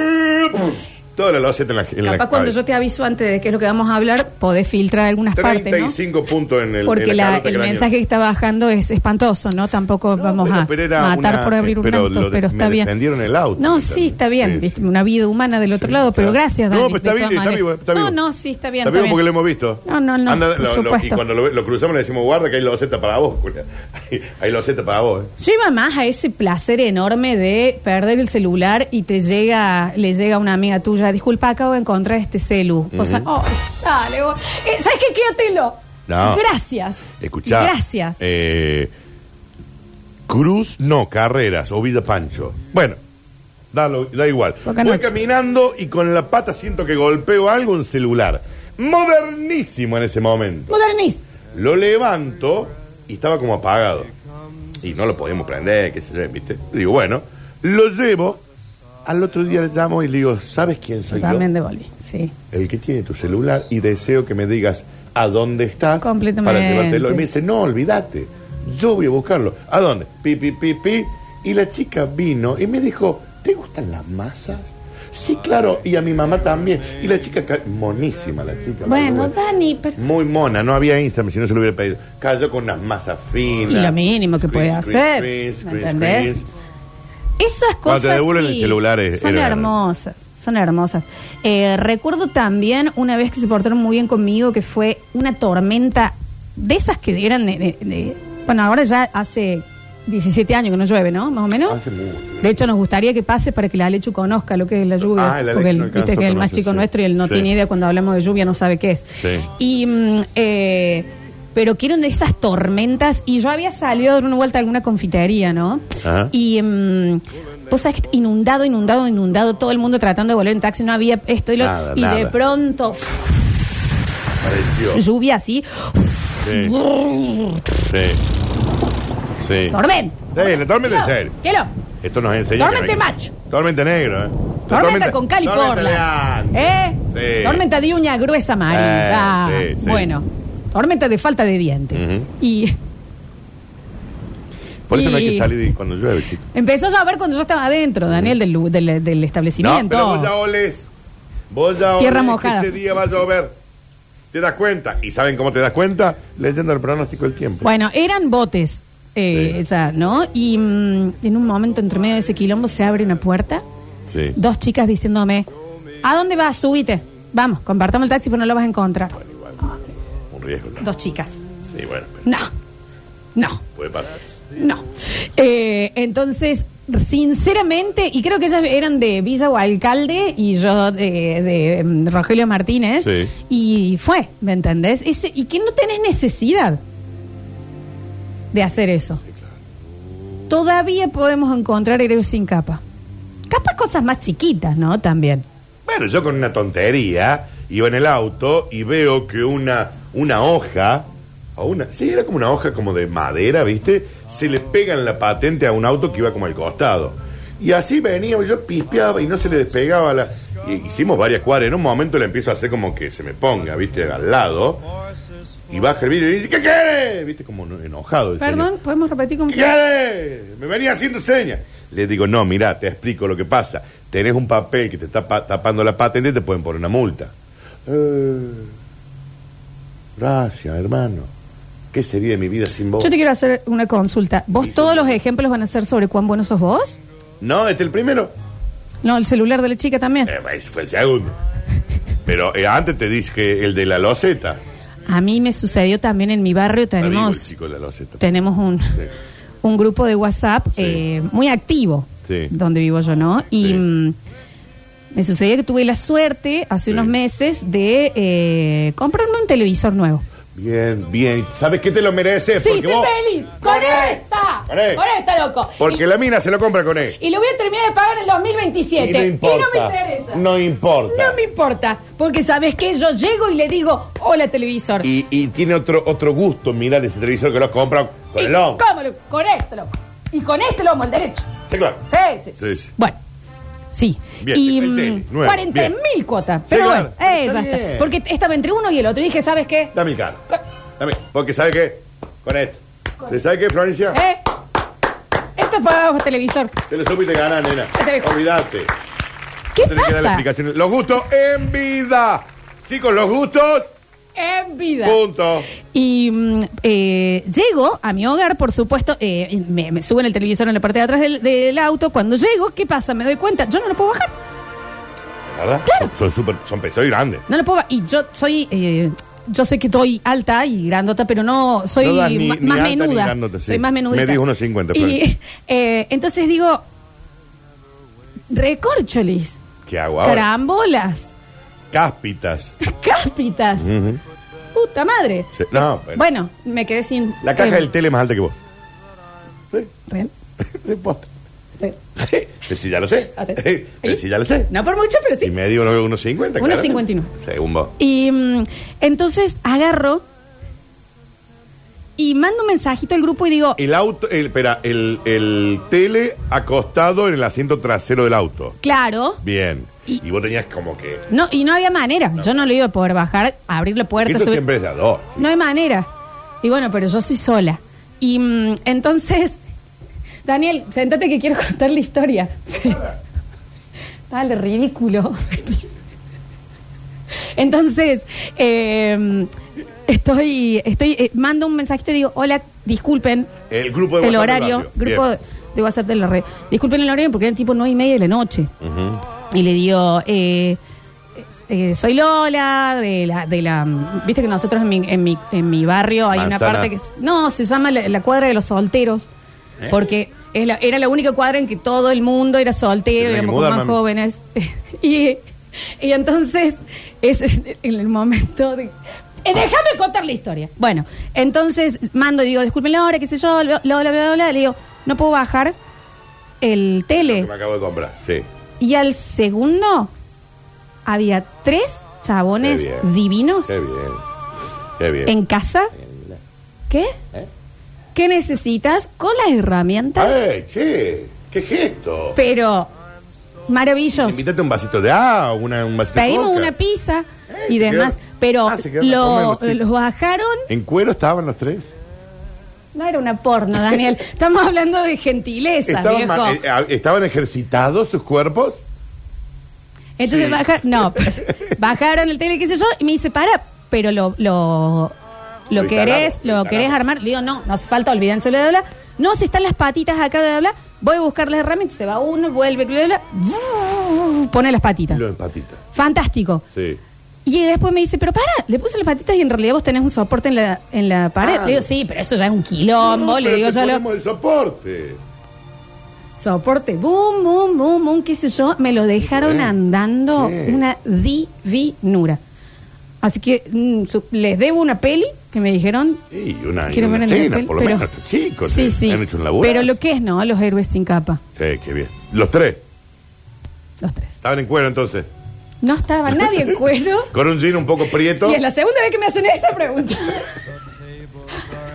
[SPEAKER 3] ¡Brum! Toda la loseta en la, en la
[SPEAKER 2] Capaz cuando
[SPEAKER 3] cabeza.
[SPEAKER 2] yo te aviso antes de qué es lo que vamos a hablar, podés filtrar algunas partes, ¿no?
[SPEAKER 3] 35 puntos en el
[SPEAKER 2] Porque
[SPEAKER 3] en la
[SPEAKER 2] la-
[SPEAKER 3] carota
[SPEAKER 2] el
[SPEAKER 3] que le
[SPEAKER 2] mensaje que está bajando es espantoso, ¿no? Tampoco
[SPEAKER 3] No,
[SPEAKER 2] vamos
[SPEAKER 3] pero-
[SPEAKER 2] a
[SPEAKER 3] pero era
[SPEAKER 2] matar
[SPEAKER 3] una-
[SPEAKER 2] por abrir un
[SPEAKER 3] pero
[SPEAKER 2] auto,
[SPEAKER 3] lo de-
[SPEAKER 2] pero
[SPEAKER 3] me
[SPEAKER 2] está bien.
[SPEAKER 3] defendieron el auto,
[SPEAKER 2] No,
[SPEAKER 3] ¿entendés?
[SPEAKER 2] sí, está bien,
[SPEAKER 3] Sí,
[SPEAKER 2] viste,
[SPEAKER 3] sí.
[SPEAKER 2] una vida humana del otro
[SPEAKER 3] Sí,
[SPEAKER 2] lado, pero
[SPEAKER 3] está.
[SPEAKER 2] gracias, Dani.
[SPEAKER 3] No, pero está
[SPEAKER 2] de todas
[SPEAKER 3] vivo, está
[SPEAKER 2] maneras.
[SPEAKER 3] vivo, está vivo.
[SPEAKER 2] No, no, sí, está bien.
[SPEAKER 3] Está vivo porque lo hemos visto.
[SPEAKER 2] No, no, no, por
[SPEAKER 3] lo- lo- y
[SPEAKER 2] supuesto.
[SPEAKER 3] cuando lo, lo cruzamos le decimos, guarda que hay loseta para vos, Julia. Hay, hay loseta para vos. eh.
[SPEAKER 2] Yo iba más a ese placer enorme de perder el celular y te llega, le llega una amiga tuya, disculpa, acabo de encontrar este celu. O sea, oh, dale, vos. Eh, ¿sabes qué? Quédatelo.
[SPEAKER 3] No.
[SPEAKER 2] Gracias.
[SPEAKER 3] Escuchá.
[SPEAKER 2] Gracias.
[SPEAKER 3] eh, Cruz, no, Carreras o Vida Pancho. Bueno, da, lo- da igual.
[SPEAKER 2] Poca
[SPEAKER 3] Voy
[SPEAKER 2] noche.
[SPEAKER 3] caminando y con la pata siento que golpeo algo, un celular. Modernísimo en ese momento.
[SPEAKER 2] Moderniz.
[SPEAKER 3] Lo levanto y estaba como apagado. Y no lo podíamos prender, qué sé yo, ¿viste? Digo, bueno, lo llevo. Al otro día le llamo y le digo, ¿sabes quién soy yo?
[SPEAKER 2] También devolví, sí.
[SPEAKER 3] el que tiene tu celular y deseo que me digas a dónde estás
[SPEAKER 2] Completamente.
[SPEAKER 3] para llevártelo. Y me dice, no, olvídate, yo voy a buscarlo. ¿A dónde? Pi, pi, pi, pi. Y la chica vino y me dijo, ¿te gustan las masas? Sí, claro, y a mi mamá también. Y la chica, ca- monísima la chica.
[SPEAKER 2] Bueno,
[SPEAKER 3] la verdad.
[SPEAKER 2] Dani, pero...
[SPEAKER 3] Muy mona, no había Instagram, si no se lo hubiera pedido. Cayó con unas masas finas.
[SPEAKER 2] Y lo mínimo que puede hacer, ¿me entendés? Esas cosas
[SPEAKER 3] Cuando te devuelven
[SPEAKER 2] sí,
[SPEAKER 3] el celular es-
[SPEAKER 2] son
[SPEAKER 3] era-
[SPEAKER 2] hermosas, son hermosas. Eh, recuerdo también una vez que se portaron muy bien conmigo, que fue una tormenta de esas que eran de, de- de- bueno, ahora ya hace 17 años que no llueve, ¿no? Más o menos.
[SPEAKER 3] Hace mucho.
[SPEAKER 2] De hecho, nos gustaría que pase para que la Alechu conozca lo que es la lluvia.
[SPEAKER 3] Ah, el Alechu
[SPEAKER 2] porque él,
[SPEAKER 3] no alcanzó
[SPEAKER 2] viste que
[SPEAKER 3] a
[SPEAKER 2] es el más
[SPEAKER 3] conocer,
[SPEAKER 2] chico
[SPEAKER 3] sí.
[SPEAKER 2] nuestro y él no
[SPEAKER 3] Sí.
[SPEAKER 2] tiene idea cuando hablamos de lluvia, no sabe qué es.
[SPEAKER 3] Sí.
[SPEAKER 2] Y mm, eh, pero que eran de esas tormentas y yo había salido a dar una vuelta a alguna confitería, ¿no?
[SPEAKER 3] Ajá.
[SPEAKER 2] Y mm, vos sabés que inundado, inundado, inundado, todo el mundo tratando de volver en taxi, no había esto y lo
[SPEAKER 3] Nada,
[SPEAKER 2] y de
[SPEAKER 3] nada.
[SPEAKER 2] pronto
[SPEAKER 3] Pareció.
[SPEAKER 2] lluvia así,
[SPEAKER 3] Sí, sí. Sí.
[SPEAKER 2] tormenta.
[SPEAKER 3] Sí, la tormenta es serio.
[SPEAKER 2] ¿Qué lo?
[SPEAKER 3] Esto nos enseña.
[SPEAKER 2] Tormenta
[SPEAKER 3] que no hay-
[SPEAKER 2] macho.
[SPEAKER 3] Tormenta negro, ¿eh?
[SPEAKER 2] Tormenta, con cal y
[SPEAKER 3] tormenta de
[SPEAKER 2] corla.
[SPEAKER 3] antes.
[SPEAKER 2] ¿Eh?
[SPEAKER 3] Sí.
[SPEAKER 2] Tormenta de uña gruesa amarilla.
[SPEAKER 3] Eh, sí, sí.
[SPEAKER 2] Bueno, tormenta de falta de diente.
[SPEAKER 3] Ujú.
[SPEAKER 2] Y
[SPEAKER 3] Por eso no hay
[SPEAKER 2] y-
[SPEAKER 3] que salir cuando llueve, chicos.
[SPEAKER 2] empezó a ver cuando yo estaba adentro, Daniel, del, lu- del- del establecimiento.
[SPEAKER 3] No, pero vos ya oles. Vos ya oles
[SPEAKER 2] Tierra
[SPEAKER 3] que
[SPEAKER 2] mojada.
[SPEAKER 3] Ese día va a llover. ¿Te das cuenta? ¿Y saben cómo te das cuenta? Leyendo el pronóstico del tiempo.
[SPEAKER 2] Bueno, eran botes, eh,
[SPEAKER 3] Sí.
[SPEAKER 2] esa, ¿no? Y mm, en un momento, entre medio de ese quilombo, se abre una puerta.
[SPEAKER 3] Sí.
[SPEAKER 2] Dos chicas diciéndome, ¿a dónde vas? Subite. Vamos, compartamos el taxi, pero no lo vas a encontrar.
[SPEAKER 3] Un riesgo. ¿no?
[SPEAKER 2] Dos chicas.
[SPEAKER 3] Sí, bueno, pero
[SPEAKER 2] No, no.
[SPEAKER 3] puede pasar.
[SPEAKER 2] No. Eh, entonces, sinceramente, y creo que ellas eran de Villa o Alcalde y yo de, de, mm, Rogelio Martínez.
[SPEAKER 3] Sí.
[SPEAKER 2] Y fue, ¿me entendés? Ese- y que no tenés necesidad de hacer eso. Todavía podemos encontrar héroes sin capa. Capa cosas más chiquitas, ¿no? También.
[SPEAKER 3] Bueno, yo con una tontería iba en el auto y veo que una, una hoja, o una, sí, era como una hoja como de madera, ¿viste? Se le pega en la patente a un auto que iba como al costado. Y así venía, yo pispeaba y no se le despegaba la... y hicimos varias cuadras. En un momento le empiezo a hacer como que se me ponga, ¿viste? Al lado. Y baja el vidrio y dice, ¿qué quiere? ¿Viste? Como enojado. el señor.
[SPEAKER 2] Perdón, ¿podemos repetir con
[SPEAKER 3] ¿Qué quiere? Me venía haciendo señas. Le digo, no, mirá, te explico lo que pasa. Tenés un papel que te está pa- tapando la patente, te pueden poner una multa. Eh, gracias, hermano. ¿Qué sería de mi vida sin vos?
[SPEAKER 2] Yo te quiero hacer una consulta. ¿Vos
[SPEAKER 3] Sí,
[SPEAKER 2] todos
[SPEAKER 3] sí.
[SPEAKER 2] los ejemplos van a ser sobre cuán buenos sos vos?
[SPEAKER 3] No, este es el primero.
[SPEAKER 2] No, el celular de la chica también.
[SPEAKER 3] Eh, ese fue el segundo. Pero eh, antes te dije el de la loseta.
[SPEAKER 2] A mí me sucedió también en mi barrio,
[SPEAKER 3] Está vivo el
[SPEAKER 2] tenemos,
[SPEAKER 3] chico de la loseta.
[SPEAKER 2] tenemos un, un grupo de WhatsApp eh, muy activo,
[SPEAKER 3] Sí.
[SPEAKER 2] donde vivo yo, ¿no? Y
[SPEAKER 3] Sí.
[SPEAKER 2] mm, me sucedió que tuve la suerte hace
[SPEAKER 3] Sí.
[SPEAKER 2] unos meses de eh, comprarme un televisor nuevo.
[SPEAKER 3] Bien, bien. ¿Sabes qué te lo mereces?
[SPEAKER 2] sí,
[SPEAKER 3] Porque
[SPEAKER 2] estoy
[SPEAKER 3] vos-
[SPEAKER 2] feliz. Con, esta.
[SPEAKER 3] Con él.
[SPEAKER 2] Con esta, loco.
[SPEAKER 3] Porque la mina se lo compra con él.
[SPEAKER 2] Y, y lo voy a terminar de pagar en el 2027.
[SPEAKER 3] Y no importa.
[SPEAKER 2] me interesa.
[SPEAKER 3] No importa.
[SPEAKER 2] No me importa, porque sabes que yo llego y le digo, hola televisor.
[SPEAKER 3] Y, y tiene otro, otro gusto mirar ese televisor que lo has comprado con
[SPEAKER 2] Y-
[SPEAKER 3] el lomo.
[SPEAKER 2] ¿Cómo, loco? Con este loco. Y con este lomo, el derecho.
[SPEAKER 3] Sí, claro.
[SPEAKER 2] Sí, sí, sí.
[SPEAKER 3] Sí, sí.
[SPEAKER 2] Bueno. Sí.
[SPEAKER 3] Bien,
[SPEAKER 2] y
[SPEAKER 3] el tenis, nuevo,
[SPEAKER 2] 40
[SPEAKER 3] bien.
[SPEAKER 2] mil cuotas. Pero
[SPEAKER 3] Sí,
[SPEAKER 2] bueno,
[SPEAKER 3] claro.
[SPEAKER 2] eh,
[SPEAKER 3] Está
[SPEAKER 2] ya
[SPEAKER 3] bien.
[SPEAKER 2] está. Porque estaba entre uno y el otro. Y dije, ¿sabes qué?
[SPEAKER 3] Dame el cara.
[SPEAKER 2] Co-
[SPEAKER 3] Dame. Porque ¿sabe qué? Con esto. ¿Te sabe qué, Florencia?
[SPEAKER 2] ¿Eh? Esto es para vos, televisor.
[SPEAKER 3] Te lo supo y te ganás, nena.
[SPEAKER 2] Ese viejo.
[SPEAKER 3] Olvídate.
[SPEAKER 2] ¿Qué
[SPEAKER 3] No tenés que dar las
[SPEAKER 2] pasa?
[SPEAKER 3] explicaciones. Los gustos en vida. Chicos, los gustos.
[SPEAKER 2] En vida.
[SPEAKER 3] Punto.
[SPEAKER 2] Y mm, eh, llego a mi hogar, por supuesto, eh, y me, me suben el televisor en la parte de atrás del, del auto. Cuando llego, ¿qué pasa? Me doy cuenta, yo no lo puedo bajar.
[SPEAKER 3] ¿Verdad?
[SPEAKER 2] Claro.
[SPEAKER 3] Son súper, son pesados y grandes.
[SPEAKER 2] No lo puedo. ba- Y yo soy. eh, yo sé que estoy alta y grandota, pero no soy
[SPEAKER 3] No das ni-
[SPEAKER 2] ma-
[SPEAKER 3] ni
[SPEAKER 2] más
[SPEAKER 3] alta ni
[SPEAKER 2] menuda.
[SPEAKER 3] grandota, sí.
[SPEAKER 2] Soy más menuda.
[SPEAKER 3] Medís 1,50,
[SPEAKER 2] Y
[SPEAKER 3] Florencia.
[SPEAKER 2] eh, entonces digo. Recorcholis,
[SPEAKER 3] ¿Qué hago ahora?
[SPEAKER 2] carambolas,
[SPEAKER 3] Cáspitas.
[SPEAKER 2] cáspitas.
[SPEAKER 3] Ujú.
[SPEAKER 2] Puta madre.
[SPEAKER 3] Sí. No, bueno.
[SPEAKER 2] Bueno, me quedé sin.
[SPEAKER 3] La caja
[SPEAKER 2] eh,
[SPEAKER 3] del tele es más alta que vos. Sí.
[SPEAKER 2] real,
[SPEAKER 3] Sí, posta.
[SPEAKER 2] real.
[SPEAKER 3] Sí. Sí, ya lo sé. Sí, sí, Eh, ya lo sé.
[SPEAKER 2] No por mucho, pero sí.
[SPEAKER 3] Y medio uno-
[SPEAKER 2] 1,59.
[SPEAKER 3] 1,50. claramente. Según vos.
[SPEAKER 2] Y mm, entonces agarro y mando un mensajito al grupo y digo,
[SPEAKER 3] El auto, el, espera, el, el tele acostado en el asiento trasero del auto.
[SPEAKER 2] claro.
[SPEAKER 3] Bien.
[SPEAKER 2] Y-
[SPEAKER 3] Y, vos tenías como que.
[SPEAKER 2] No, y no había manera. Yo no lo iba a poder bajar, abrir la puerta,
[SPEAKER 3] Esto
[SPEAKER 2] subir.
[SPEAKER 3] siempre es de a dos.
[SPEAKER 2] No hay manera. Y bueno, pero yo soy sola. Y mm, entonces, Daniel, sentate que quiero contar la historia. Dale, ridículo. Entonces, eh, estoy, estoy, eh, mando un mensajito y digo, hola, disculpen.
[SPEAKER 3] El grupo de
[SPEAKER 2] el
[SPEAKER 3] WhatsApp del
[SPEAKER 2] horario,
[SPEAKER 3] barrio.
[SPEAKER 2] grupo
[SPEAKER 3] Bien.
[SPEAKER 2] de WhatsApp de la red. Disculpen el horario porque era tipo nueve y media de la noche.
[SPEAKER 3] Ujú.
[SPEAKER 2] Y le digo, eh, eh, soy Lola, de la, de la. Viste que nosotros en mi, en mi, en mi barrio hay una
[SPEAKER 3] Manzana.
[SPEAKER 2] parte que. es- No, se llama la, la cuadra de los solteros.
[SPEAKER 3] ¿Eh?
[SPEAKER 2] Porque es la- era la única cuadra en que todo el mundo era soltero,
[SPEAKER 3] Tenés que
[SPEAKER 2] éramos
[SPEAKER 3] mudar,
[SPEAKER 2] más
[SPEAKER 3] mami.
[SPEAKER 2] jóvenes. y, y entonces, es en el momento de Eh, déjame contar la historia. Bueno, entonces mando y digo, disculpen la hora, qué sé yo, bla, bla, bla, bla, bla. Le digo, no puedo bajar el
[SPEAKER 3] que
[SPEAKER 2] tele.
[SPEAKER 3] me acabo de comprar, sí.
[SPEAKER 2] Y al segundo había tres chabones
[SPEAKER 3] Qué bien.
[SPEAKER 2] divinos
[SPEAKER 3] Qué bien. Qué bien.
[SPEAKER 2] en casa. ¿Qué?
[SPEAKER 3] ¿Eh? Ah.
[SPEAKER 2] ¿Qué necesitas con las herramientas?
[SPEAKER 3] ¡Ay, che! ¿Qué gesto?
[SPEAKER 2] Pero maravillosos.
[SPEAKER 3] Invítate un vasito de agua, una, un vasito de
[SPEAKER 2] Pedimos
[SPEAKER 3] coca.
[SPEAKER 2] una pizza
[SPEAKER 3] Eh,
[SPEAKER 2] y
[SPEAKER 3] se
[SPEAKER 2] demás.
[SPEAKER 3] quedaron-
[SPEAKER 2] Pero
[SPEAKER 3] Ah, se quedaron a comer
[SPEAKER 2] lo,
[SPEAKER 3] los chicos.
[SPEAKER 2] los bajaron.
[SPEAKER 3] ¿En cuero estaban los tres?
[SPEAKER 2] No era una porno, Daniel. Estamos hablando de gentileza,
[SPEAKER 3] ¿Estaban, ma- eh,
[SPEAKER 2] viejo.
[SPEAKER 3] eh, ¿Estaban ejercitados sus cuerpos?
[SPEAKER 2] Entonces
[SPEAKER 3] sí.
[SPEAKER 2] bajaron. No, pues, bajaron el tele, qué sé yo, y me dice, para, pero lo, lo, lo,
[SPEAKER 3] Lo
[SPEAKER 2] querés,
[SPEAKER 3] instalamos,
[SPEAKER 2] lo
[SPEAKER 3] lo
[SPEAKER 2] querés
[SPEAKER 3] instalamos.
[SPEAKER 2] armar. Le digo, no, no hace falta, olvídense bla, bla, bla. No, si están las patitas acá, bla, bla, bla. Voy a buscar las herramientas, se va uno, vuelve, bla, bla, bla. Vuuu, Pone las patitas.
[SPEAKER 3] Lo empatita.
[SPEAKER 2] Fantástico.
[SPEAKER 3] Sí.
[SPEAKER 2] Y después me dice, pero para, le puse las patitas y en realidad vos tenés un soporte en la, en la pared.
[SPEAKER 3] Ah.
[SPEAKER 2] le digo, sí, pero eso ya es un quilombo.
[SPEAKER 3] No,
[SPEAKER 2] le
[SPEAKER 3] pero
[SPEAKER 2] digo
[SPEAKER 3] te
[SPEAKER 2] yo, lo,
[SPEAKER 3] ponemos el soporte.
[SPEAKER 2] soporte, boom, boom, boom, boom, qué sé yo. Me lo dejaron
[SPEAKER 3] Sí.
[SPEAKER 2] andando
[SPEAKER 3] Sí.
[SPEAKER 2] una divinura. Así que mm, su- les debo una peli que me dijeron.
[SPEAKER 3] Sí, y una, y
[SPEAKER 2] quiero
[SPEAKER 3] una
[SPEAKER 2] ver en la
[SPEAKER 3] cena,
[SPEAKER 2] peli,
[SPEAKER 3] por lo
[SPEAKER 2] pero-
[SPEAKER 3] menos. Estos chicos
[SPEAKER 2] Sí,
[SPEAKER 3] eh,
[SPEAKER 2] sí.
[SPEAKER 3] han hecho un laburo.
[SPEAKER 2] Pero lo que es, ¿no? Los héroes sin capa,
[SPEAKER 3] Sí, qué bien. Los tres.
[SPEAKER 2] los tres.
[SPEAKER 3] Estaban en cuero entonces.
[SPEAKER 2] No estaba nadie en cuero.
[SPEAKER 3] Con un jean un poco prieto.
[SPEAKER 2] Y es la segunda vez que me hacen esa pregunta.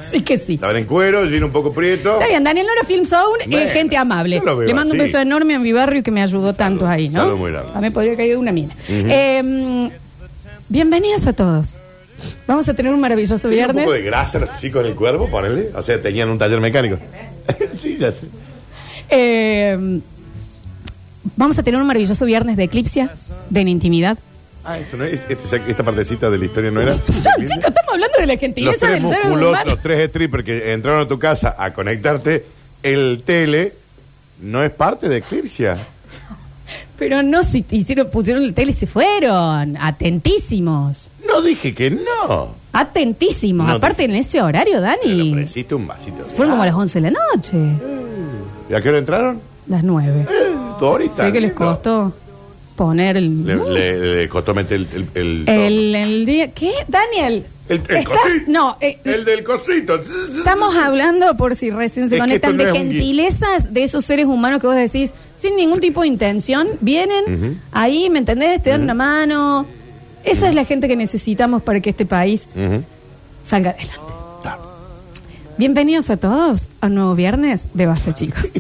[SPEAKER 2] Así que sí.
[SPEAKER 3] Estaban en cuero, jean un poco prieto.
[SPEAKER 2] Está bien, Daniel Nora Film Zone
[SPEAKER 3] Bueno,
[SPEAKER 2] es gente amable.
[SPEAKER 3] yo lo veo
[SPEAKER 2] Le mando un
[SPEAKER 3] así.
[SPEAKER 2] beso enorme a mi barrio que me ayudó tanto ahí, ¿no?
[SPEAKER 3] saludo muy grande.
[SPEAKER 2] También podría caer una mina. Eh, bienvenidos a todos. Vamos a tener un maravilloso
[SPEAKER 3] ¿Tenían un
[SPEAKER 2] viernes.
[SPEAKER 3] poco de grasa los chicos en el cuerpo, ponele. O sea, tenían un taller mecánico. sí, ya sé.
[SPEAKER 2] Eh, vamos a tener un maravilloso viernes de eclipsia, de la intimidad.
[SPEAKER 3] Ah, esto no es- este- esta partecita de la historia no era.
[SPEAKER 2] Yo, chicos, estamos hablando de la gentileza
[SPEAKER 3] los tres
[SPEAKER 2] del ser
[SPEAKER 3] músculos,
[SPEAKER 2] humano.
[SPEAKER 3] los tres strippers que entraron a tu casa a conectarte, el tele no es parte de Eclipsia.
[SPEAKER 2] Pero no, si hicieron, pusieron el tele y se fueron. Atentísimos.
[SPEAKER 3] No dije que no.
[SPEAKER 2] Atentísimos.
[SPEAKER 3] No,
[SPEAKER 2] Aparte en ese horario,
[SPEAKER 3] Pero Ah. le
[SPEAKER 2] Dani.
[SPEAKER 3] ofreciste un vasito. de
[SPEAKER 2] Fueron como a las
[SPEAKER 3] agua.
[SPEAKER 2] 11 de la noche.
[SPEAKER 3] ¿Y a qué hora entraron?
[SPEAKER 2] Las nueve.
[SPEAKER 3] Eh, dos horitas.
[SPEAKER 2] ¿Sabes que les
[SPEAKER 3] lindo.
[SPEAKER 2] costó poner el.
[SPEAKER 3] Le, le- le costó meter el. El,
[SPEAKER 2] el, el día. ¿Qué? Daniel.
[SPEAKER 3] el, el
[SPEAKER 2] estás-
[SPEAKER 3] cosito.
[SPEAKER 2] No, eh,
[SPEAKER 3] el del cosito.
[SPEAKER 2] estamos hablando, por si recién se
[SPEAKER 3] Es que
[SPEAKER 2] conectan, de
[SPEAKER 3] esto no es un gui-
[SPEAKER 2] gentilezas de esos seres humanos que vos decís, sin ningún tipo de intención, vienen ahí, ¿me entendés? Te dan una mano. Esa es la gente que necesitamos para que este país
[SPEAKER 3] Ujú.
[SPEAKER 2] salga adelante.
[SPEAKER 3] Claro.
[SPEAKER 2] Bienvenidos a todos a un nuevo viernes de Basta, chicos.